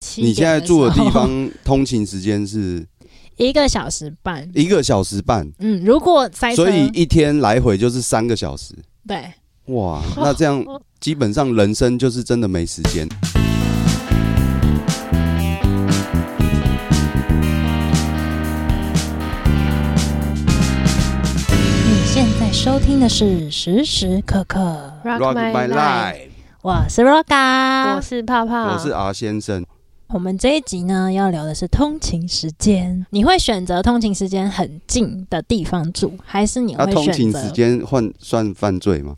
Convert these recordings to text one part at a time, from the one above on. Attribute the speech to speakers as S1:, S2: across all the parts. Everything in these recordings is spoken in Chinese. S1: 七
S2: 你现
S1: 点
S2: 在
S1: 的
S2: 住的
S1: 时候
S2: 地方 通勤时间是
S1: 一个小时半。
S2: 一个小时半，
S1: 嗯，如果塞车，
S2: 所以一天来回就是三个小时。
S1: 对，
S2: 哇，那这样基本上人生就是真的没时间。
S1: 你现在收听的是时时刻刻，
S2: Rock my life，
S1: 我是 Roga，
S3: 我是泡泡，
S2: 我是 R 先生。
S1: 我们这一集呢，要聊的是通勤时间。你会选择通勤时间很近的地方住，还是啊你
S2: 那
S1: 会
S2: 啊通
S1: 选
S2: 勤
S1: 择
S2: 时？间换算犯罪吗？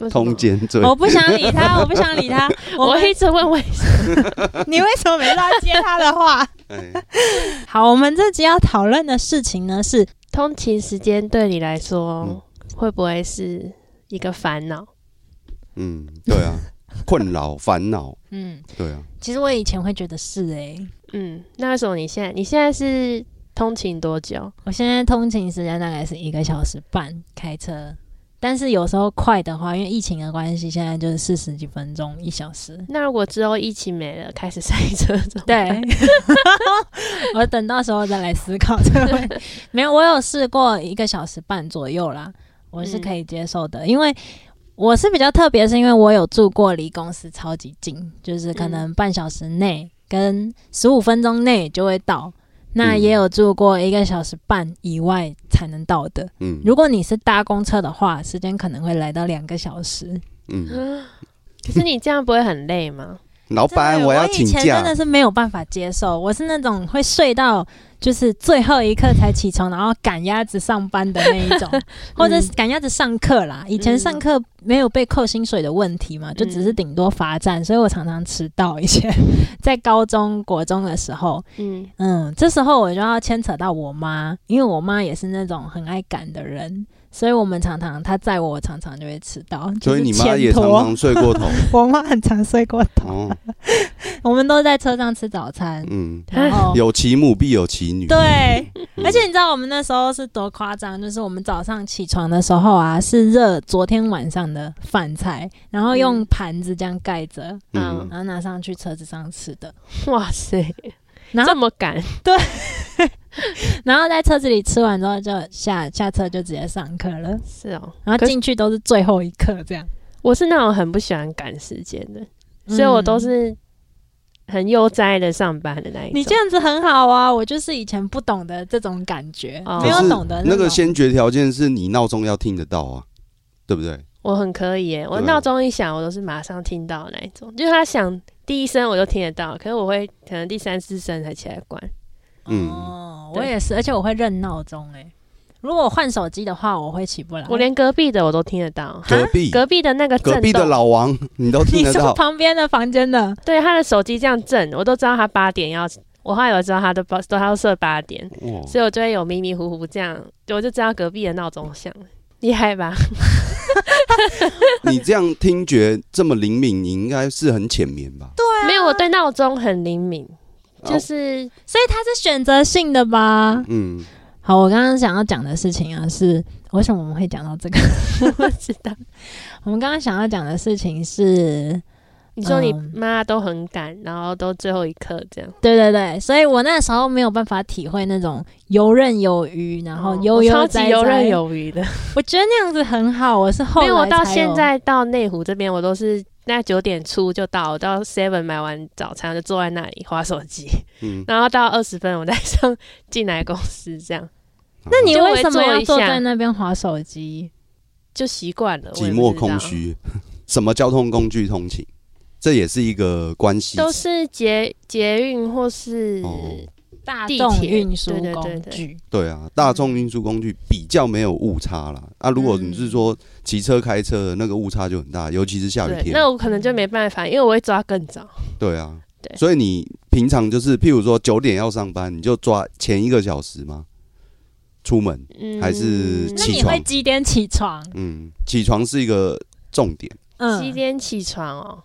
S3: 为什么
S2: 通。奸罪。
S1: 我不想理他，我不想理他。我
S3: 我
S1: 会
S3: 一，直问为什么
S1: 你为什么每次都要接他的 话？
S2: 哎
S1: 好，我们这集要讨论的事情呢是，
S3: 通勤时间对你来说、
S2: 嗯
S3: 会不会是一个烦恼？
S2: 嗯，对啊，困扰、烦恼，
S1: 嗯，
S2: 对啊。
S1: 其实我以前会觉得是欸诶、
S3: 嗯，那为什么你现在你现在是通勤多久？
S1: 我现在通勤时间大概是一个小时半开车，但是有时候快的话，因为疫情的关系，现在就是四十几分钟一小时。
S3: 那如果之后疫情没了，开始塞车怎么办
S1: 对， 我等到时候再来思考这个问题。没有，我有试过一个小时半左右啦，我是可以接受的，因为我是比较特别，是因为我有住过离公司超级近，就是可能半小时内跟十五分钟内就会到。那
S2: 嗯
S1: 也有住过一个小时半以外才能到的。
S2: 嗯
S1: 如果你是搭公车的话，时间可能会来到两个小时。
S2: 嗯，
S3: 可是你这样不会很累吗？
S2: 老板，
S1: 我
S2: 要请
S1: 以前真
S2: 假
S1: 的。是没有办法接受，我是那种会睡到就是最后一刻才起床，然后赶鸭子上班的那一 种，或者是赶鸭子上课啦。以前上课没有被扣薪水的问题嘛，就只是顶多罚站，所以我常常迟到。以前 在高中、国中的时候，
S3: 嗯，
S1: 嗯，这时候我就要牵扯到我妈，因为我妈也是那种很爱赶的人。所以我们常常她载我，我常常就会迟到。就
S2: 所以
S1: 是
S2: 你妈
S1: 前哦
S2: 也常
S1: 拖
S2: 常睡过头
S1: 我妈很常睡过头。
S2: 哦，
S1: 我们都在车上吃早餐，
S2: 嗯，
S1: 然后
S2: 有其母必有其女。
S1: 对，
S2: 嗯，
S1: 而且你知道我们那时候是多夸张，就是我们早上起床的时候啊，是热昨天晚上的饭菜，然后用盘子这样盖着，
S2: 嗯，
S1: 然后拿上去车子上吃的，
S3: 哇塞，
S1: 然后
S3: 这么赶，
S1: 然后在车子里吃完之后就下下车就直接上课了，
S3: 是哦。
S1: 然后
S3: 可是
S1: 进去都是最后一刻这样，
S3: 我是那种很不喜欢赶时间的，所以我都
S1: 嗯。
S3: 是很悠哉的上班的那一种。
S1: 你这样子很好啊，我就是以前不懂得这种感觉，
S3: 哦
S1: 没
S2: 可
S1: 有
S2: 是
S1: 懂得
S2: 那个
S1: 种
S2: 先决条件是你闹钟要听得到啊，对不对？
S3: 我很可以耶，我
S2: 对啊
S3: 闹钟一响，我都是马上听到的那一种，就是他响第一声我就听得到，可是我会可能第三四声才起来关。
S2: 嗯
S1: 哦，
S3: 对
S1: 我也是，而且我会认闹钟哎。如果我换手机的话，我会起不来。
S3: 我连隔壁的我都听得到，
S2: 隔壁
S3: 隔壁的那个震
S2: 隔壁的
S3: 动，
S2: 老 王你都听
S1: 你
S2: 得
S1: 说
S2: 到，
S1: 旁边的房间的，
S3: 对他的手机这样震，我都知道他八点要，我后来我知道他的报都他要设八点，
S2: 哇，
S3: 所以我就会有迷迷糊糊这样，我就知道隔壁的闹钟响了，厉害吧？
S2: 你这样听觉这么灵敏，你应该是很浅眠吧？
S1: 啊
S3: 没有，我对闹钟很灵敏，就
S2: 哦
S3: 是
S1: 所以它是选择性的吧？
S2: 嗯，
S1: 好，我刚刚想要讲的事情啊，是为什么我们会讲到这个？
S3: 我知道。
S1: 我们刚刚想要讲的事情是，
S3: 你说你
S1: 嗯
S3: 妈都很赶，然后都最后一刻这样，
S1: 对对对，所以我那时候没有办法体会那种游刃有余，然后
S3: 哦
S1: 悠
S3: 我
S1: 悠
S3: 超
S1: 哉哉。
S3: 级游刃，有余的。
S1: 我觉得那样子很好。我是后来
S3: 因为我到
S1: 才有
S3: 现在到内湖这边，我都是那九点出就到，我到 Seven 买完早餐就坐在那里划手机，
S2: 嗯，
S3: 然后到二十分我再上进来公司，这样
S1: 那你
S3: 就
S1: 为
S3: 会
S1: 什么
S3: 坐
S1: 要
S3: 一
S1: 坐
S3: 下
S1: 在那边划手机？
S3: 就习惯了。我
S2: 寂
S3: 也
S2: 寞
S3: 不知道
S2: 空，虚， 什么交通工具通勤，这也是一个关系。
S3: 都是捷捷运或是
S2: 哦，
S1: 大
S3: 地
S1: 众
S3: 铁
S1: 运输
S3: 对对对
S1: 工
S3: 对
S1: 具，
S2: 对啊，大众运输工具比较没有误差啦。啊，如
S3: 嗯
S2: 果你是说骑车、开车的那个误差就很大，尤其是下雨
S3: 对，
S2: 天。
S3: 那我可能就没办法，因为我会抓更早。
S2: 对啊，
S3: 对
S2: 所以你平常就是，譬如说九点要上班，你就抓前一个小时吗？出门，
S3: 嗯，
S2: 还是
S1: 那
S2: 起
S1: 你会
S2: 床
S1: 几点起床？
S2: 嗯，起床是一个重点。
S1: 嗯，
S3: 几点起床哦？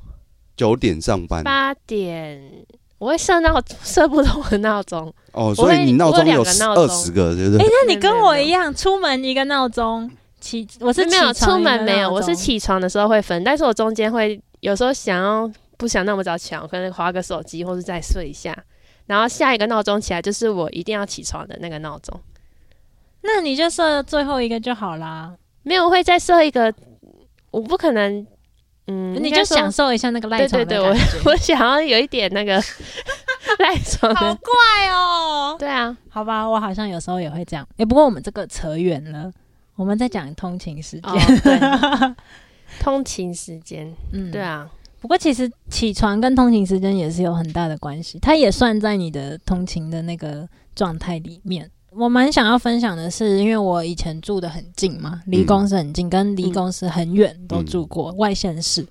S2: 九点上班
S3: 八点。我会设闹设不同的闹钟，
S2: 哦，
S3: 我
S2: 所以
S3: 会
S2: 你闹钟
S3: 我
S2: 有
S3: 有两个闹钟
S2: 二十个，对不
S1: 哎、
S2: 对？
S1: 那你跟我
S3: 没有没有
S1: 一样，出门一个闹钟，起我是
S3: 没有
S1: 起床
S3: 出
S1: 一个
S3: 门没有，
S1: 闹
S3: 我
S1: 钟
S3: 是起床的时候会分，但是我中间会有时候想要不想那么早起来，我可能划个手机或是再睡一下，然后下一个闹钟起来就是我一定要起床的那个闹钟。
S1: 那你就设最后一个就好啦，
S3: 没有会再设一个，我不可能，嗯，
S1: 你
S3: 应该
S1: 就
S3: 说
S1: 享受一下那个赖
S3: 对
S1: 床
S3: 对
S1: 的
S3: 对，
S1: 感
S3: 我
S1: 觉。
S3: 我想要有一点 那个赖床的，
S1: 怪哦！
S3: 对啊，
S1: 好吧，我好像有时候也会这样。哎、不过我们这个扯远了，我们在讲通勤时间。
S3: 哦对， 通勤时间，
S1: 嗯，
S3: 对。啊，
S1: 不过其实起床跟通勤时间也是有很大的关系，它也算在你的通勤的那个状态里面。我蛮想要分享的是，因为我以前住的很近嘛，离
S2: 嗯
S1: 公司很近，跟离公司很远都住过、外县市。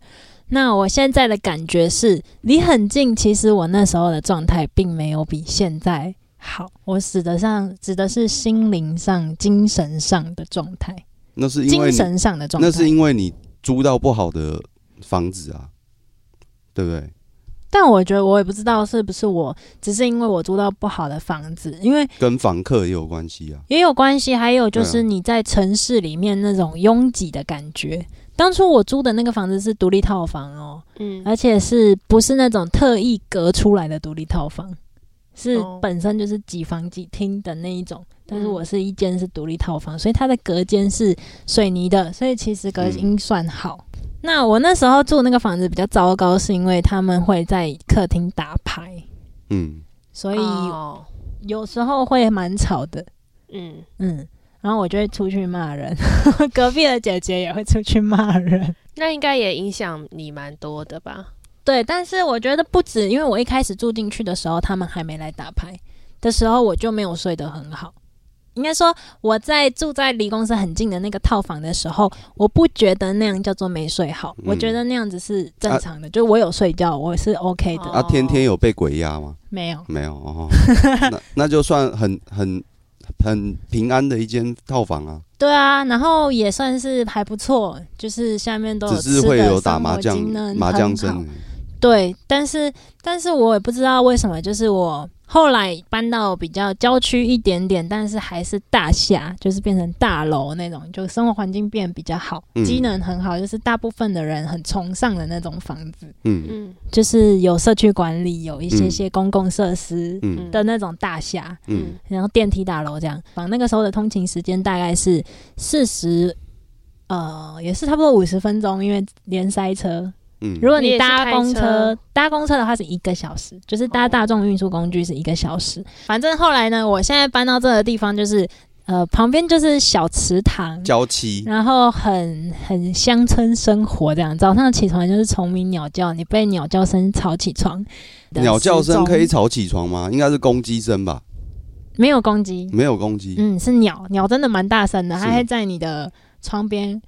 S1: 那我现在的感觉是，离很近，其实我那时候的状态并没有比现在好。我指的上指的是心灵上、精神上的状态，
S2: 那是因
S1: 精
S2: 为你
S1: 神上的状态。
S2: 那是因为你租到不好的房子啊，对不对？
S1: 但我觉得我也不知道是不是我，只是因为我租到不好的房子，因为
S2: 跟房客也有关系啊。
S1: 也有关系。还有就
S2: 对
S1: 是你在城市里面那种拥挤的感觉。当初我租的那个房子是独立套房哦，
S3: 嗯，
S1: 而且是不是那种特意隔出来的独立套房，是
S3: 哦
S1: 本身就是几房几厅的那一种。但是
S3: 嗯
S1: 我是一间是独立套房，所以它的隔间是水泥的，所以其实隔音算好。那我那时候住那个房子比较糟糕，是因为他们会在客厅打牌。
S2: 嗯，
S1: 所以
S3: 哦
S1: 有时候会蛮吵的，
S3: 嗯，
S1: 嗯，然后我就会出去骂人， 隔壁的姐姐也会出去骂人，
S3: 那应该也影响你蛮多的吧？
S1: 对，但是我觉得不止，因为我一开始住进去的时候，他们还没来打牌的时候，我就没有睡得很好。应该说，我在住在离公司很近的那个套房的时候，我不觉得那样叫做没睡好，
S2: 嗯
S1: 我觉得那样子是正常的，就我有睡觉，我是 OK 的，
S3: 哦
S2: 啊，天天有被鬼压吗？
S1: 没有。
S2: 没有 哦，那那就算很很很平安的一间套房啊，
S1: 对啊，然后也算是还不错，就是下面都有
S2: 只是
S1: 吃的
S2: 会有打麻
S1: 生活机
S2: 将
S1: 能
S2: 麻将
S1: 很好
S2: 声。
S1: 对，但是但是我也不知道为什么，就是我后来搬到比较郊区一点点，但是还是大厦，就是变成大楼那种，就生活环境变比较好，
S2: 嗯
S1: 机能很好，就是大部分的人很崇尚的那种房子，
S2: 嗯
S3: 嗯
S1: 就是有社区管理，有一些些公共设施
S2: 嗯
S1: 的那种大厦，
S2: 嗯
S1: 然后电梯大楼这样。反正那个时候的通勤时间大概是四十。呃，也是差不多五十分钟，因为连塞车，
S2: 嗯，
S1: 如果
S3: 你
S1: 你
S3: 也是
S1: 搭
S3: 开
S1: 公
S3: 车
S1: 车，搭公车的话是一个小时，就是搭
S3: 哦
S1: 大众运输工具是一个小时。反正后来呢，我现在搬到这个地方，就是呃旁边就是小池塘，
S2: 娇妻
S1: 然后很很乡村生活这样。早上起床就是虫鸣鸟叫，你被鸟叫声吵起床的时钟，
S2: 鸟叫声可以吵起床吗？应该是公鸡声吧，
S1: 没有公鸡，
S2: 没有公鸡，
S1: 嗯，是鸟，鸟真的蛮大声的，它
S2: 是
S1: 会在你的窗边。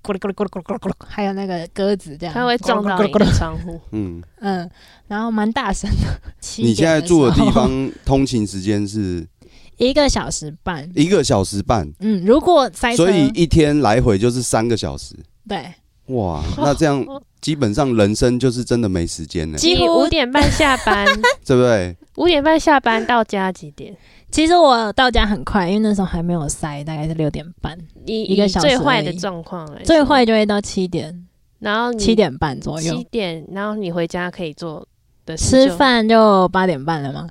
S1: 咕噜咕噜咕噜咕噜咕噜咕噜，还有那个鸽子这样，
S3: 它会撞到
S1: 咕噜咕噜咕噜
S3: 你的窗户。
S2: 嗯，
S1: 嗯，然后蛮大声的。
S2: 你现在住的
S1: 7
S2: 地
S1: 点时候
S2: 方通勤时间是
S1: 一个小时半，
S2: 一个小时半，
S1: 嗯，如果塞车，
S2: 所以一天来回就是三个小时，
S1: 对，
S2: 哇，那这样基本上人生就是真的没时间了，
S1: 几
S3: 你
S1: 乎
S3: 五点半下 班，
S2: 对不对？
S3: 五点半下班到家几点？
S1: 其实我到家很快，因为那时候还没有塞，大概是六点半，
S3: 以
S1: 一个小时
S3: 以最坏的
S1: 而已
S3: 状况来说，
S1: 最坏就会到七点，
S3: 然后你
S1: 七点半左
S3: 嗯七
S1: 右。
S3: 点，然后你回家可以做的事
S1: 吃
S3: 就，
S1: 饭就八点半了吗？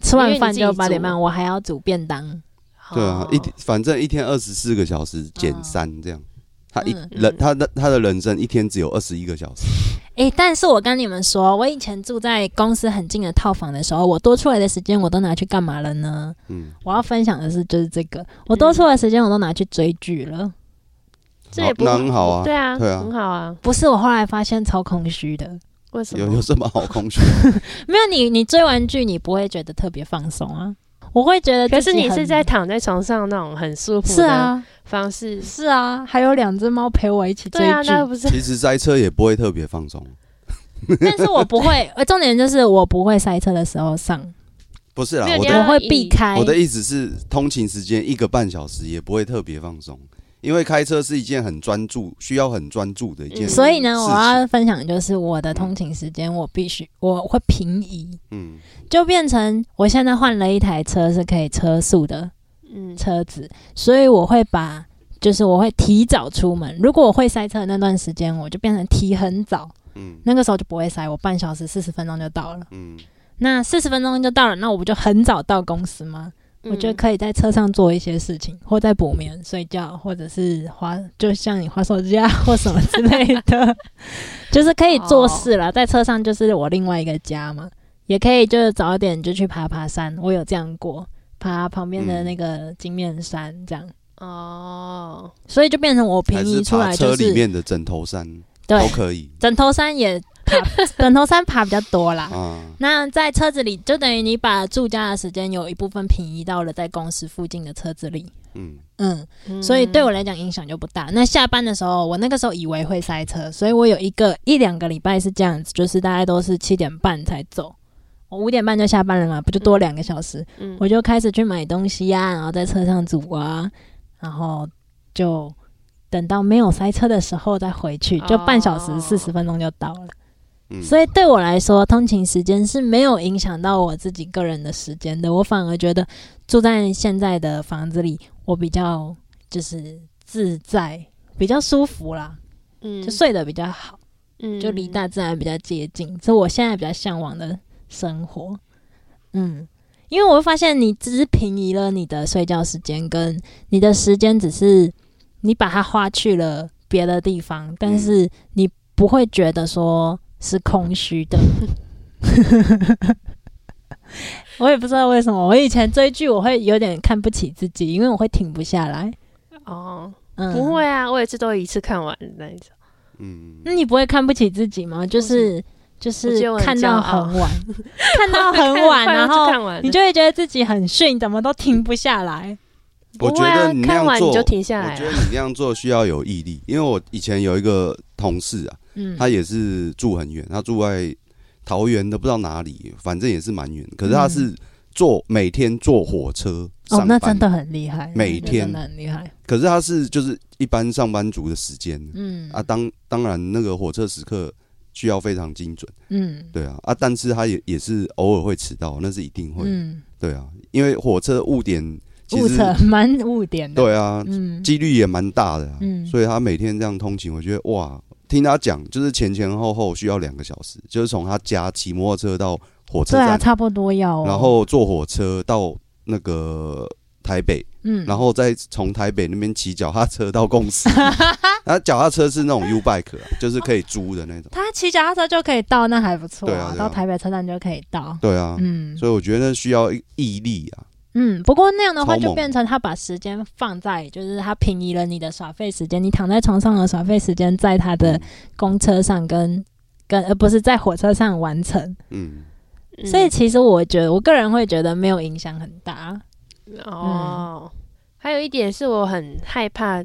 S1: 吃完饭
S3: 因为
S1: 就
S3: 你自己
S1: 八
S3: 煮
S1: 点半，我还要煮便当。
S3: 哦
S2: 对啊，一天反正一天二十四个小时减
S1: 嗯
S2: 三这样，他一
S1: 嗯
S2: 人
S3: 嗯
S2: 他的他的人生一天只有二十一个小时，
S1: 诶，但是我跟你们说，我以前住在公司很近的套房的时候，我多出来的时间我都拿去干嘛了呢？
S2: 嗯，
S1: 我要分享的是就是这个，我多出来的时间我都拿去追剧了。
S3: 这也不
S2: 那很好啊
S3: 对啊，
S2: 对啊
S3: 很好啊。
S1: 不是，我后来发现超空虚的。
S3: 为什
S2: 有有
S3: 么？
S2: 什么好 空虚？
S1: 没有你，你追完剧你不会觉得特别放松啊？我会觉得自
S3: 可
S1: 己
S3: 是
S1: 很，
S3: 你是在躺在床上那种很舒服
S1: 是
S3: 的
S1: 啊
S3: 方式，
S1: 是啊，还有两只猫陪我一起追
S3: 对啊，
S1: 剧，
S3: 那不是
S2: 其实塞车也不会特别放松，
S1: 但是我不会。呃，重点就是我不会塞车的时候上，
S2: 不是啦
S3: 没，有
S2: 啊我
S3: 你要
S2: 的
S1: 我会避开。
S2: 我的意思是通勤时间一个半小时也不会特别放松，因为开车是一件很专注、需要很专注的一件
S3: 嗯
S2: 事，
S1: 所以呢，
S2: 事
S1: 我
S2: 情
S1: 要分享的就是我的通勤时间，我必须我会平移，
S2: 嗯
S1: 就变成我现在换了一台车是可以车速的，
S3: 嗯
S1: 车子，所以我会把就是我会提早出门。如果我会塞车的那段时间，我就变成提很早，
S2: 嗯
S1: 那个时候就不会塞，我半小时四十分钟就到了。
S2: 嗯，
S1: 那四十分钟就到了，那我不就很早到公司吗？我
S3: 嗯
S1: 觉得可以在车上做一些事情，或在补眠、睡觉，或者是滑，就像你滑手机啊或什么之类的， 就是可以做事啦。在车上就是我另外一个家嘛，也可以就是早点就去爬爬山，我有这样过，爬旁边的那个金面山这样，
S3: 以嗯哦，
S1: 所以就变成我平
S2: 还
S1: 移
S2: 是
S1: 出
S2: 爬
S1: 来
S2: 车
S1: 就
S2: 里
S1: 是
S2: 面的枕头山都
S1: 对
S2: 可以
S1: 枕头山也爬，枕头山爬比较多啦。
S2: 啊。
S1: 那在车子里，就等于你把住家的时间有一部分平移到了在公司附近的车子里。
S2: 嗯，
S1: 嗯，所以对我
S3: 来
S1: 来讲影响就不大。那下班的时候，我那个时候以为会塞车，所以我有一个一两个礼拜是这样子，就是大概都是七点半才走，我五点半就下班了嘛，不就多两个小时？
S3: 嗯
S1: 我就开始去买东西呀、然后在车上煮啊，然后就等到没有塞车的时候再回去，就半小时
S3: 哦
S1: 四十分钟就到了。
S2: 嗯
S1: 所以对我来说，通勤时间是没有影响到我自己个人的时间的。我反而觉得住在现在的房子里，我比较就是自在，比较舒服啦，
S3: 嗯
S1: 就睡得比较好，就离大自然比较接近，这我现在比较向往的生活。嗯，因为我会发现，你只是平移了你的睡觉时间，跟你的时间只是你把它花去了别的地方，
S3: 嗯
S1: 但是你不会觉得说是空虚的。 我也不知道为什么，我以前追剧我会有点看不起自己，因为我会停不下来。
S3: 哦，
S1: 嗯，
S3: 不会啊，我也是都一次看完的那一种，
S2: 嗯
S1: 那你不会看不起自己吗？就是就是
S3: 我觉得我很
S1: 看
S3: 骄
S1: 到
S3: 傲
S1: 很晚，看到很晚，
S3: 快乐
S1: 然
S3: 就
S1: 后
S3: 看完了
S1: 你就会觉得自己很逊，怎么都停不下来。
S2: 我
S3: 不
S2: 觉
S3: 会啊
S2: 得你那
S3: 看
S2: 样
S3: 完你
S2: 做，
S3: 就停下来啊
S2: 我觉得
S3: 了，
S2: 你那样做需要有毅力，因为我以前有一个同事啊，
S1: 嗯，
S2: 他也是住很远，他住在桃园的不知道哪里，反正也是蛮远。可是他是坐每天坐火车
S1: 嗯哦
S2: 上，
S1: 那真，
S2: 班
S1: 的很厉害，
S2: 每
S1: 那
S2: 天
S1: 真的很厉害。
S2: 可是他是就是一般上班族的时间
S1: 嗯
S2: 啊，当当然那个火车时刻需要非常精准，
S1: 嗯
S2: 对啊啊，但是他也也是偶尔会迟到，那是一定会，
S1: 嗯，
S2: 对啊，因为火车误点其
S1: 误
S2: 实
S1: 扯蛮误点的。，
S2: 对啊，
S1: 嗯
S2: 几率也蛮大的、啊，
S1: 嗯
S2: 所以他每天这样通勤，我觉得哇，听他讲就是前前后后需要两个小时，就是从他家骑摩托车到火车
S1: 对啊，
S2: 站，
S1: 差不多要哦。
S2: 然后坐火车到那个台北，
S1: 嗯，
S2: 然后再从台北那边骑脚踏车到公 司。然后脚踏车是那种 U bike，、啊、就是可以租的那种。
S1: 他骑脚踏车就可以到，那还不错
S2: 对啊对啊
S1: 到台北车站就可以到。
S2: 对啊，
S1: 嗯
S2: 所以我觉得需要毅力啊。
S1: 嗯，不过那样的话
S2: 超猛
S1: 就变成他把时间放在，就是他平移了你的耍废时间，你躺在床上的耍废时间在他
S2: 嗯
S1: 的公车上跟跟，而不是在火车上完成。
S2: 嗯，
S3: 嗯
S1: 所以其实我觉得，我个人会觉得没有影响很大。
S2: 嗯
S3: 哦，还有一点是我很害怕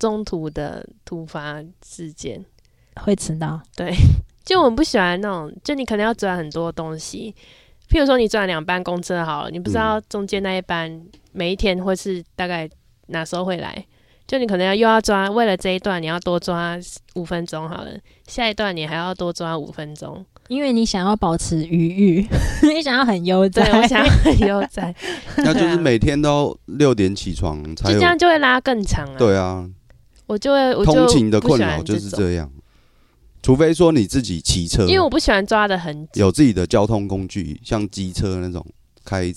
S3: 中途的突发事件，
S1: 会迟到，
S3: 就我很不喜欢那种，就你可能要转很多东西，譬如说你转两班公车好了，你不知道中间那一班每一天或是大概哪时候会来，就你可能要又要抓，为了这一段你要多抓五分钟好了，下一段你还要多抓五分钟，
S1: 因为你想要保持余裕， 你想要很悠
S3: 对
S1: 哉。
S3: 我想悠哉，
S2: 那就是
S3: 对啊
S2: 每天都六点起床才
S3: 就
S2: 有
S3: 这。样就会拉更长 啊，
S2: 对啊，
S3: 我就会我就
S2: 通勤的
S3: 不
S2: 困
S3: 喜
S2: 扰
S3: 欢
S2: 就是
S3: 这种，
S2: 这样，除非说你自己骑车，
S3: 因为我不喜欢抓的很紧，
S2: 有自己的交通工具，像机车那种开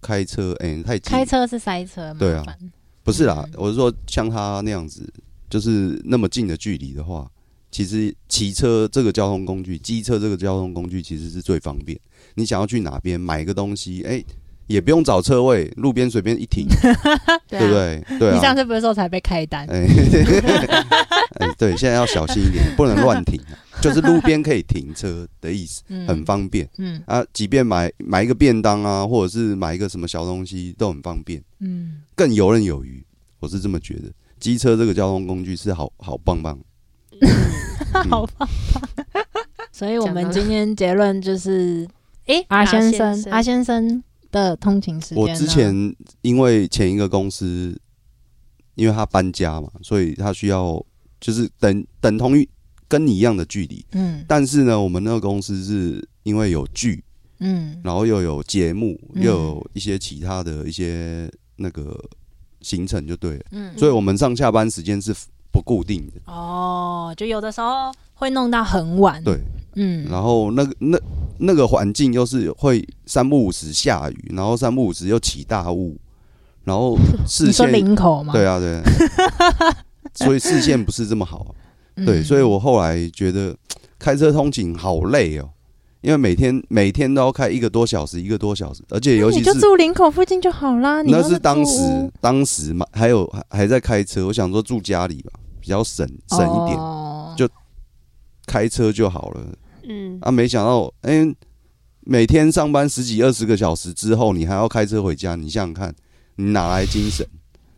S2: 开车，哎、太急
S1: 开车是塞车，
S2: 对啊
S1: 麻烦，
S2: 不是啦
S1: 嗯，
S2: 我是说像他那样子，就是那么近的距离的话，其实骑车这个交通工具，机车这个交通工具其实是最方便。你想要去哪边买个东西，哎、也不用找车位，路边随便一停，
S3: 对
S2: 对
S3: 啊
S2: 不对？对
S1: 你上
S2: 啊，
S1: 次不是说才被开单？
S2: 哎、哎 对，现在要小心一点，不能乱停啊、就是路边可以停车的意思，
S1: 嗯，
S2: 很方便。
S1: 嗯
S2: 啊，即便买买一个便当啊，或者是买一个什么小东西，都很方便，
S1: 嗯，
S2: 更游刃有余。我是这么觉得，机车这个交通工具是好好棒棒。嗯
S1: 好棒棒。所以我
S3: 讲
S1: 们
S3: 到
S1: 今天结论就是，诶，阿
S3: 阿
S1: 先
S3: 先
S1: 生，
S3: 生
S1: 阿先生的通勤时间
S2: 我
S1: 呢，
S2: 之前因为前一个公司，因为他搬家嘛，所以他需要就是等等同于跟你一样的距离。
S1: 嗯
S2: 但是呢，我们那个公司是因为有剧，
S1: 嗯
S2: 然后又有节目，
S1: 嗯
S2: 又有一些其他的一些那个行程，就对了。
S1: 嗯，
S2: 所以我们上下班时间是不固定的，
S1: 哦，就有的时候会弄到很晚。
S2: 对，
S1: 嗯，
S2: 然后那个那那个环境又是会三不五时下雨，然后三不五时又起大雾，然后视
S1: 你说
S2: 线
S1: 领口吗？
S2: 对 啊对啊，所以视线不是这么好啊、
S1: 嗯
S2: 对，所以我后来觉得开车通勤好累哦，因为每天每天都要开一个多小时，一个多小时，而且尤
S1: 那
S2: 其
S1: 你
S2: 是
S1: 就住领口附近就好啦。你
S2: 那
S1: 又是
S2: 是当时
S1: 住屋
S2: 当时嘛，还有还还在开车，我想说住家里吧，比较省省一点，
S1: 哦
S2: 就开车就好了。
S3: 嗯，
S2: 啊，没想到，哎、每天上班十几二十个小时之后，你还要开车回家，你想想看，你哪来精神？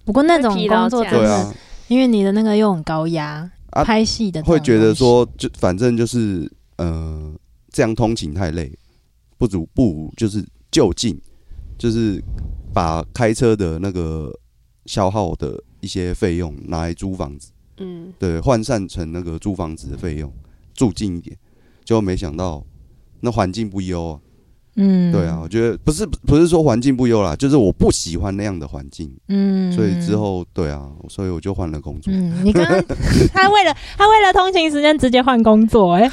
S1: 不过那种
S3: 会疲劳
S1: 工作
S3: 这
S1: 真
S3: 样
S2: 对
S1: 的
S2: 啊，
S1: 因为你的那个又很高压，
S2: 啊
S1: 拍戏的这种
S2: 会觉
S1: 东
S2: 得
S1: 西
S2: 说，就反正就是，呃，这样通勤太累，不如不如就是就近，就是把开车的那个消耗的一些费用拿来租房子。
S3: 嗯，
S2: 对，换算成那个租房子的费用，住近一点，结果没想到那环境不优啊。
S1: 嗯，
S2: 对啊，我，觉得不是不是说环境不优啦，就是我不喜欢那样的环境，
S1: 嗯，
S2: 所以之后对啊，所以我就换了工作。
S1: 嗯，你刚刚他为了他为了通勤时间直接换工作、 哎，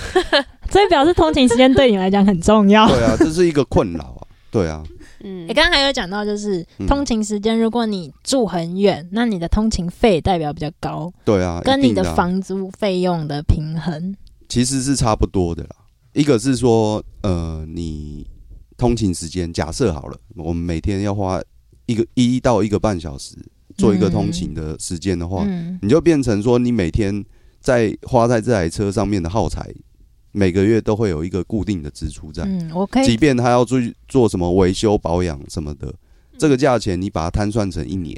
S1: 所以表示通勤时间对你来讲很重要。 哎
S2: 对啊，这是一个困扰啊。对啊，
S3: 嗯，
S1: 你刚刚还有讲到，就是
S2: 嗯
S1: 通勤时间，如果你住很远，那你的通勤费代表比较高，
S2: 对啊，
S1: 跟你
S2: 一定
S1: 的
S2: 的啊
S1: 房租费用的平衡。
S2: 其实是差不多的啦。一个是说，呃，你通勤时间假设好了，我们每天要花一个一到一个半小时做一个通勤的时间的话，
S1: 嗯
S2: 你就变成说，你每天在花在这台车上面的耗材，每个月都会有一个固定的支出在。
S1: 嗯，我可以
S2: 即便他要去做什么维修保养什么的，这个价钱你把它摊算成一年，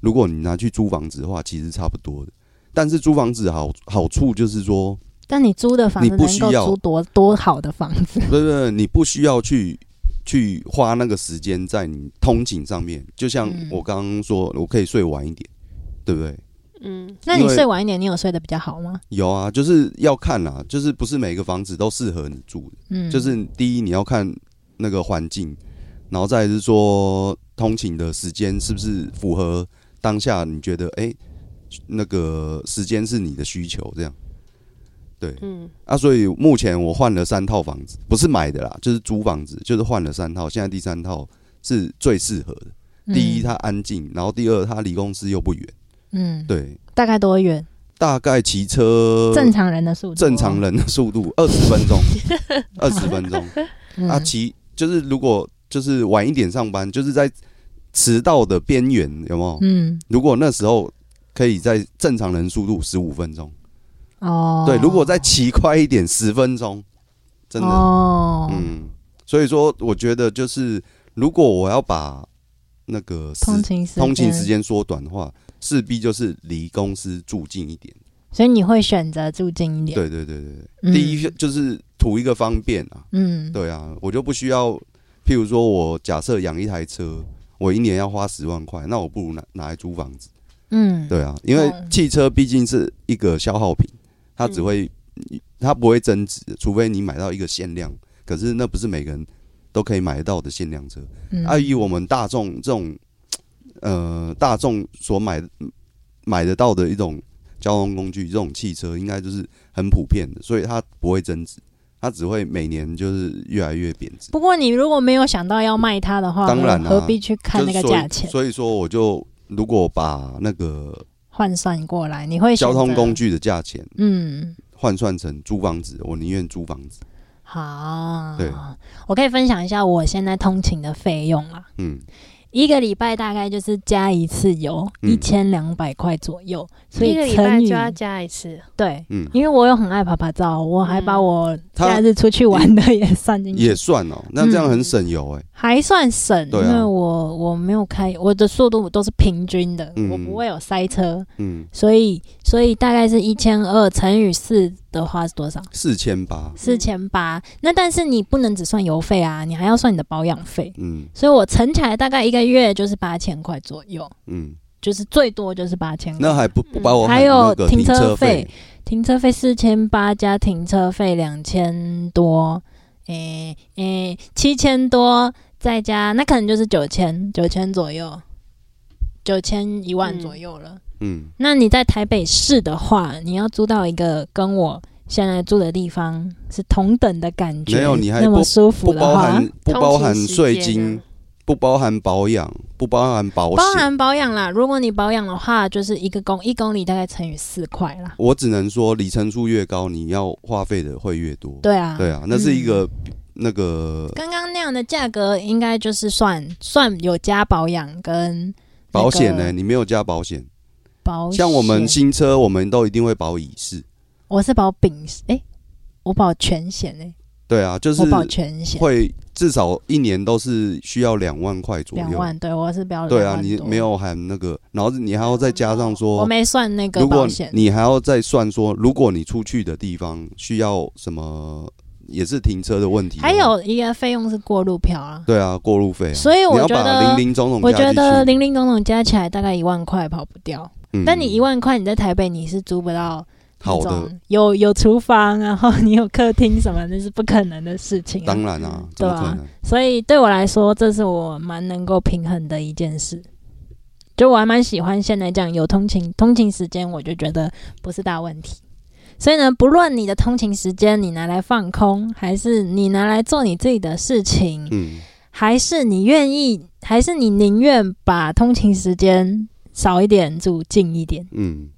S2: 如果你拿去租房子的话，其实差不多的。但是租房子好好处就是说，
S1: 但你租的房子
S2: 你不
S1: 能
S2: 需
S1: 够
S2: 要
S1: 租多多好的房子？
S2: 不是不是，你不需要去去花那个时间在你通勤上面。就像
S1: 嗯
S2: 我刚刚说，我可以睡晚一点，对不对？
S3: 嗯
S1: 那你
S2: 因为
S1: 睡晚一点，你有睡得比较好吗？
S2: 有啊，就是要看啦，就是不是每个房子都适合你住的。
S1: 嗯，
S2: 就是第一你要看那个环境，然后再来是说通勤的时间是不是符合当下你觉得哎、诶那个时间是你的需求这样。对
S3: 嗯
S2: 啊，所以目前我换了三套房子，不是买的啦，就是租房子，就是换了三套，现在第三套是最适合的。
S1: 嗯
S2: 第一，它安静，然后第二，它离公司又不远。
S1: 嗯，
S2: 对，
S1: 大概多远？
S2: 大概骑车
S1: 正常人的速度哦，
S2: 呃正常人的速度二十分钟，二十分钟。
S1: 嗯
S2: 啊，骑就是如果就是晚一点上班，就是在迟到的边缘，有没有？
S1: 嗯
S2: 如果那时候可以在正常人速度十五分钟，
S1: 哦，
S2: 对，如果再骑快一点十分钟，真的，
S1: 哦，
S2: 嗯，所以说我觉得就是如果我要把那个时
S1: 通勤时间
S2: 通勤时，间缩短的话，势必就是离公司住近一点。
S1: 所以你会选择住近一点。
S2: 对对对对对，
S1: 嗯
S2: 第一就是图一个方便啊，
S1: 嗯，
S2: 对啊，我就不需要，譬如说我假设养一台车，我一年要花十万块，那我不如拿拿来租房子。
S1: 嗯，
S2: 对啊，因为
S1: 嗯
S2: 汽车毕竟是一个消耗品，它只会、它不会增值，除非你买到一个限量，可是那不是每个人都可以买得到的限量车。
S1: 嗯，
S2: 啊，以我们大众这种呃大众所买买得到的一种交通工具，这种汽车应该就是很普遍的，所以它不会增值，它只会每年就是越来越贬值。
S1: 不过你如果没有想到要卖它的话，
S2: 当然啊
S1: 何必去看那个价钱
S2: 就是所以所以说，我就如果把那个
S1: 换算过来？你会选
S2: 交
S1: 择
S2: 通工？具的价钱
S1: 嗯，
S2: 换算成租房子，我宁愿租房子。
S1: 好，
S2: 对，
S1: 我可以分享一下我现在通勤的费用啊啦。
S2: 嗯，
S1: 一个礼拜大概就是加一次油，
S2: 嗯
S1: 一千两百块左右，所
S3: 一个
S1: 以
S3: 礼拜
S1: 乘
S3: 就
S1: 以
S3: 要加一次，
S1: 对，
S2: 嗯
S1: 因为我又很爱爬爬照，我还把我
S3: 嗯
S2: 他
S1: 假日出去玩的也算进去，
S2: 也算哦，那这样很省油哎、
S1: 还算省，
S2: 对啊
S1: 因为我我没有开我的速度都是平均的，
S2: 嗯
S1: 我不会有塞车，
S2: 嗯，
S1: 所以所以大概是一千二乘以四的话是多少？
S3: 嗯
S2: 四千八，
S1: 四千八。那但是你不能只算油费啊，你还要算你的保养费，
S2: 嗯
S1: 所以我乘起来大概一个月就是八千块左右，
S2: 嗯，
S1: 就是最多就是八千块。
S2: 那还不不包括
S1: 嗯还有
S2: 那个停
S1: 停车
S2: 车
S1: 费，停车费四千八加停车费两千多，诶诶七千多，再加那可能就是九千九千左右，九千一万
S3: 嗯
S1: 左右了。
S2: 嗯，
S1: 那你在台北市的话，你要租到一个跟我现在住的地方是同等的感觉，
S2: 没有你还
S1: 那么
S2: 不
S1: 舒服
S2: 不
S1: 的
S2: 包
S1: 话，
S2: 含不
S3: 通
S2: 包
S3: 勤
S2: 含
S3: 时
S2: 税
S3: 间
S2: 金
S3: 啊，
S2: 不包含保养，不包含保
S1: 包
S2: 险。
S1: 含保养啦。如果你保养的话，就是一个公一公里大概乘以四块啦。
S2: 我只能说，里程数越高，你要花费的会越多。
S1: 对啊，
S2: 对啊，那是一
S1: 嗯
S2: 个那个
S1: 刚刚那样的价格，应该就是算算有加保养跟那
S2: 保
S1: 个
S2: 险呢，你没有加保险。
S1: 保险。
S2: 像我们新车，我们都一定会保乙式。
S1: 我是保丙，诶，我保全险诶，
S2: 对啊，就是
S1: 我保全险
S2: 会至少一年都是需要两万块左
S1: 两
S2: 右。
S1: 万，对我是标
S2: 对
S1: 两
S2: 啊，
S1: 万
S2: 你
S1: 多
S2: 没，有含那个，然后你还要再加上
S1: 我
S2: 说，
S1: 没算那个
S2: 如果
S1: 保险。
S2: 你还要再算说，如果你出去的地方需要什么，也是停车的问题。
S1: 还，有一个费用是过路票啊，
S2: 对啊，过路费啊，
S1: 所以
S2: 你
S1: 我
S2: 要
S1: 觉
S2: 把
S1: 得
S2: 零零总总
S1: 我
S2: 加
S1: 觉
S2: 进
S1: 得
S2: 去
S1: 零零总总加起来大概一万块跑不掉，
S2: 嗯
S1: 但你一万块你在台北你是租不到那
S2: 好的，
S1: 种有有厨房，然后你有客厅什么，那是不可能的事情、啊
S2: 当。然啊，怎
S1: 对
S2: 么
S1: 啊
S2: 可能？
S1: 所以对我来说，这是我蛮能够平衡的一件事。就我还蛮喜欢现在这样有通勤通勤时间，我就觉得不是大问题。所以呢，不论你的通勤时间你拿来放空，还是你拿来做你自己的事情，
S2: 嗯，
S1: 还是你愿意，还是你宁愿把通勤时间少一点，住近一点，
S2: 嗯，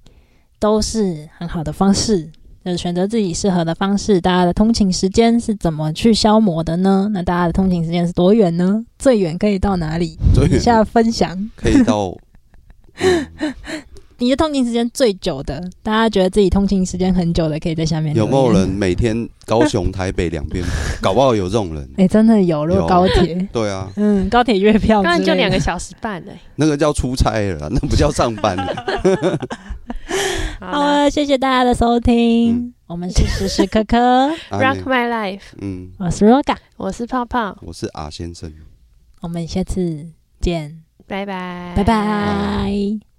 S1: 都是很好的方式。就是选择自己适合的方式，大家的通勤时间是怎么去消磨的呢？那大家的通勤时间是多远呢？最远可以到哪里？
S2: 最
S1: 以下
S2: 远
S1: 分享
S2: 可 以到，嗯
S1: 你的通勤时间最久的，大家觉得自己通勤时间很久的，可以在下面
S2: 有没有
S1: 留言
S2: 人？每天高雄、台北 两边，搞不好有这种人。
S1: 哎、真的有，如
S2: 有
S1: 果高铁，
S2: 对啊，
S1: 嗯，高铁月票
S3: 刚
S1: 之类的，
S3: 刚就两个小时半嘞、
S2: 那个叫出差了啦，那不叫上 班了。
S3: 好
S1: 好
S3: 啦
S1: 了，谢谢大家的收听，
S2: 嗯
S1: 我们是时时刻刻。
S2: 啊
S3: Rock
S2: 那
S3: My Life，
S2: 嗯，
S1: 我是 Roga，
S3: 我是泡泡，
S2: 我是阿先生。
S1: 我们下次见，
S3: 拜拜，
S1: 拜拜。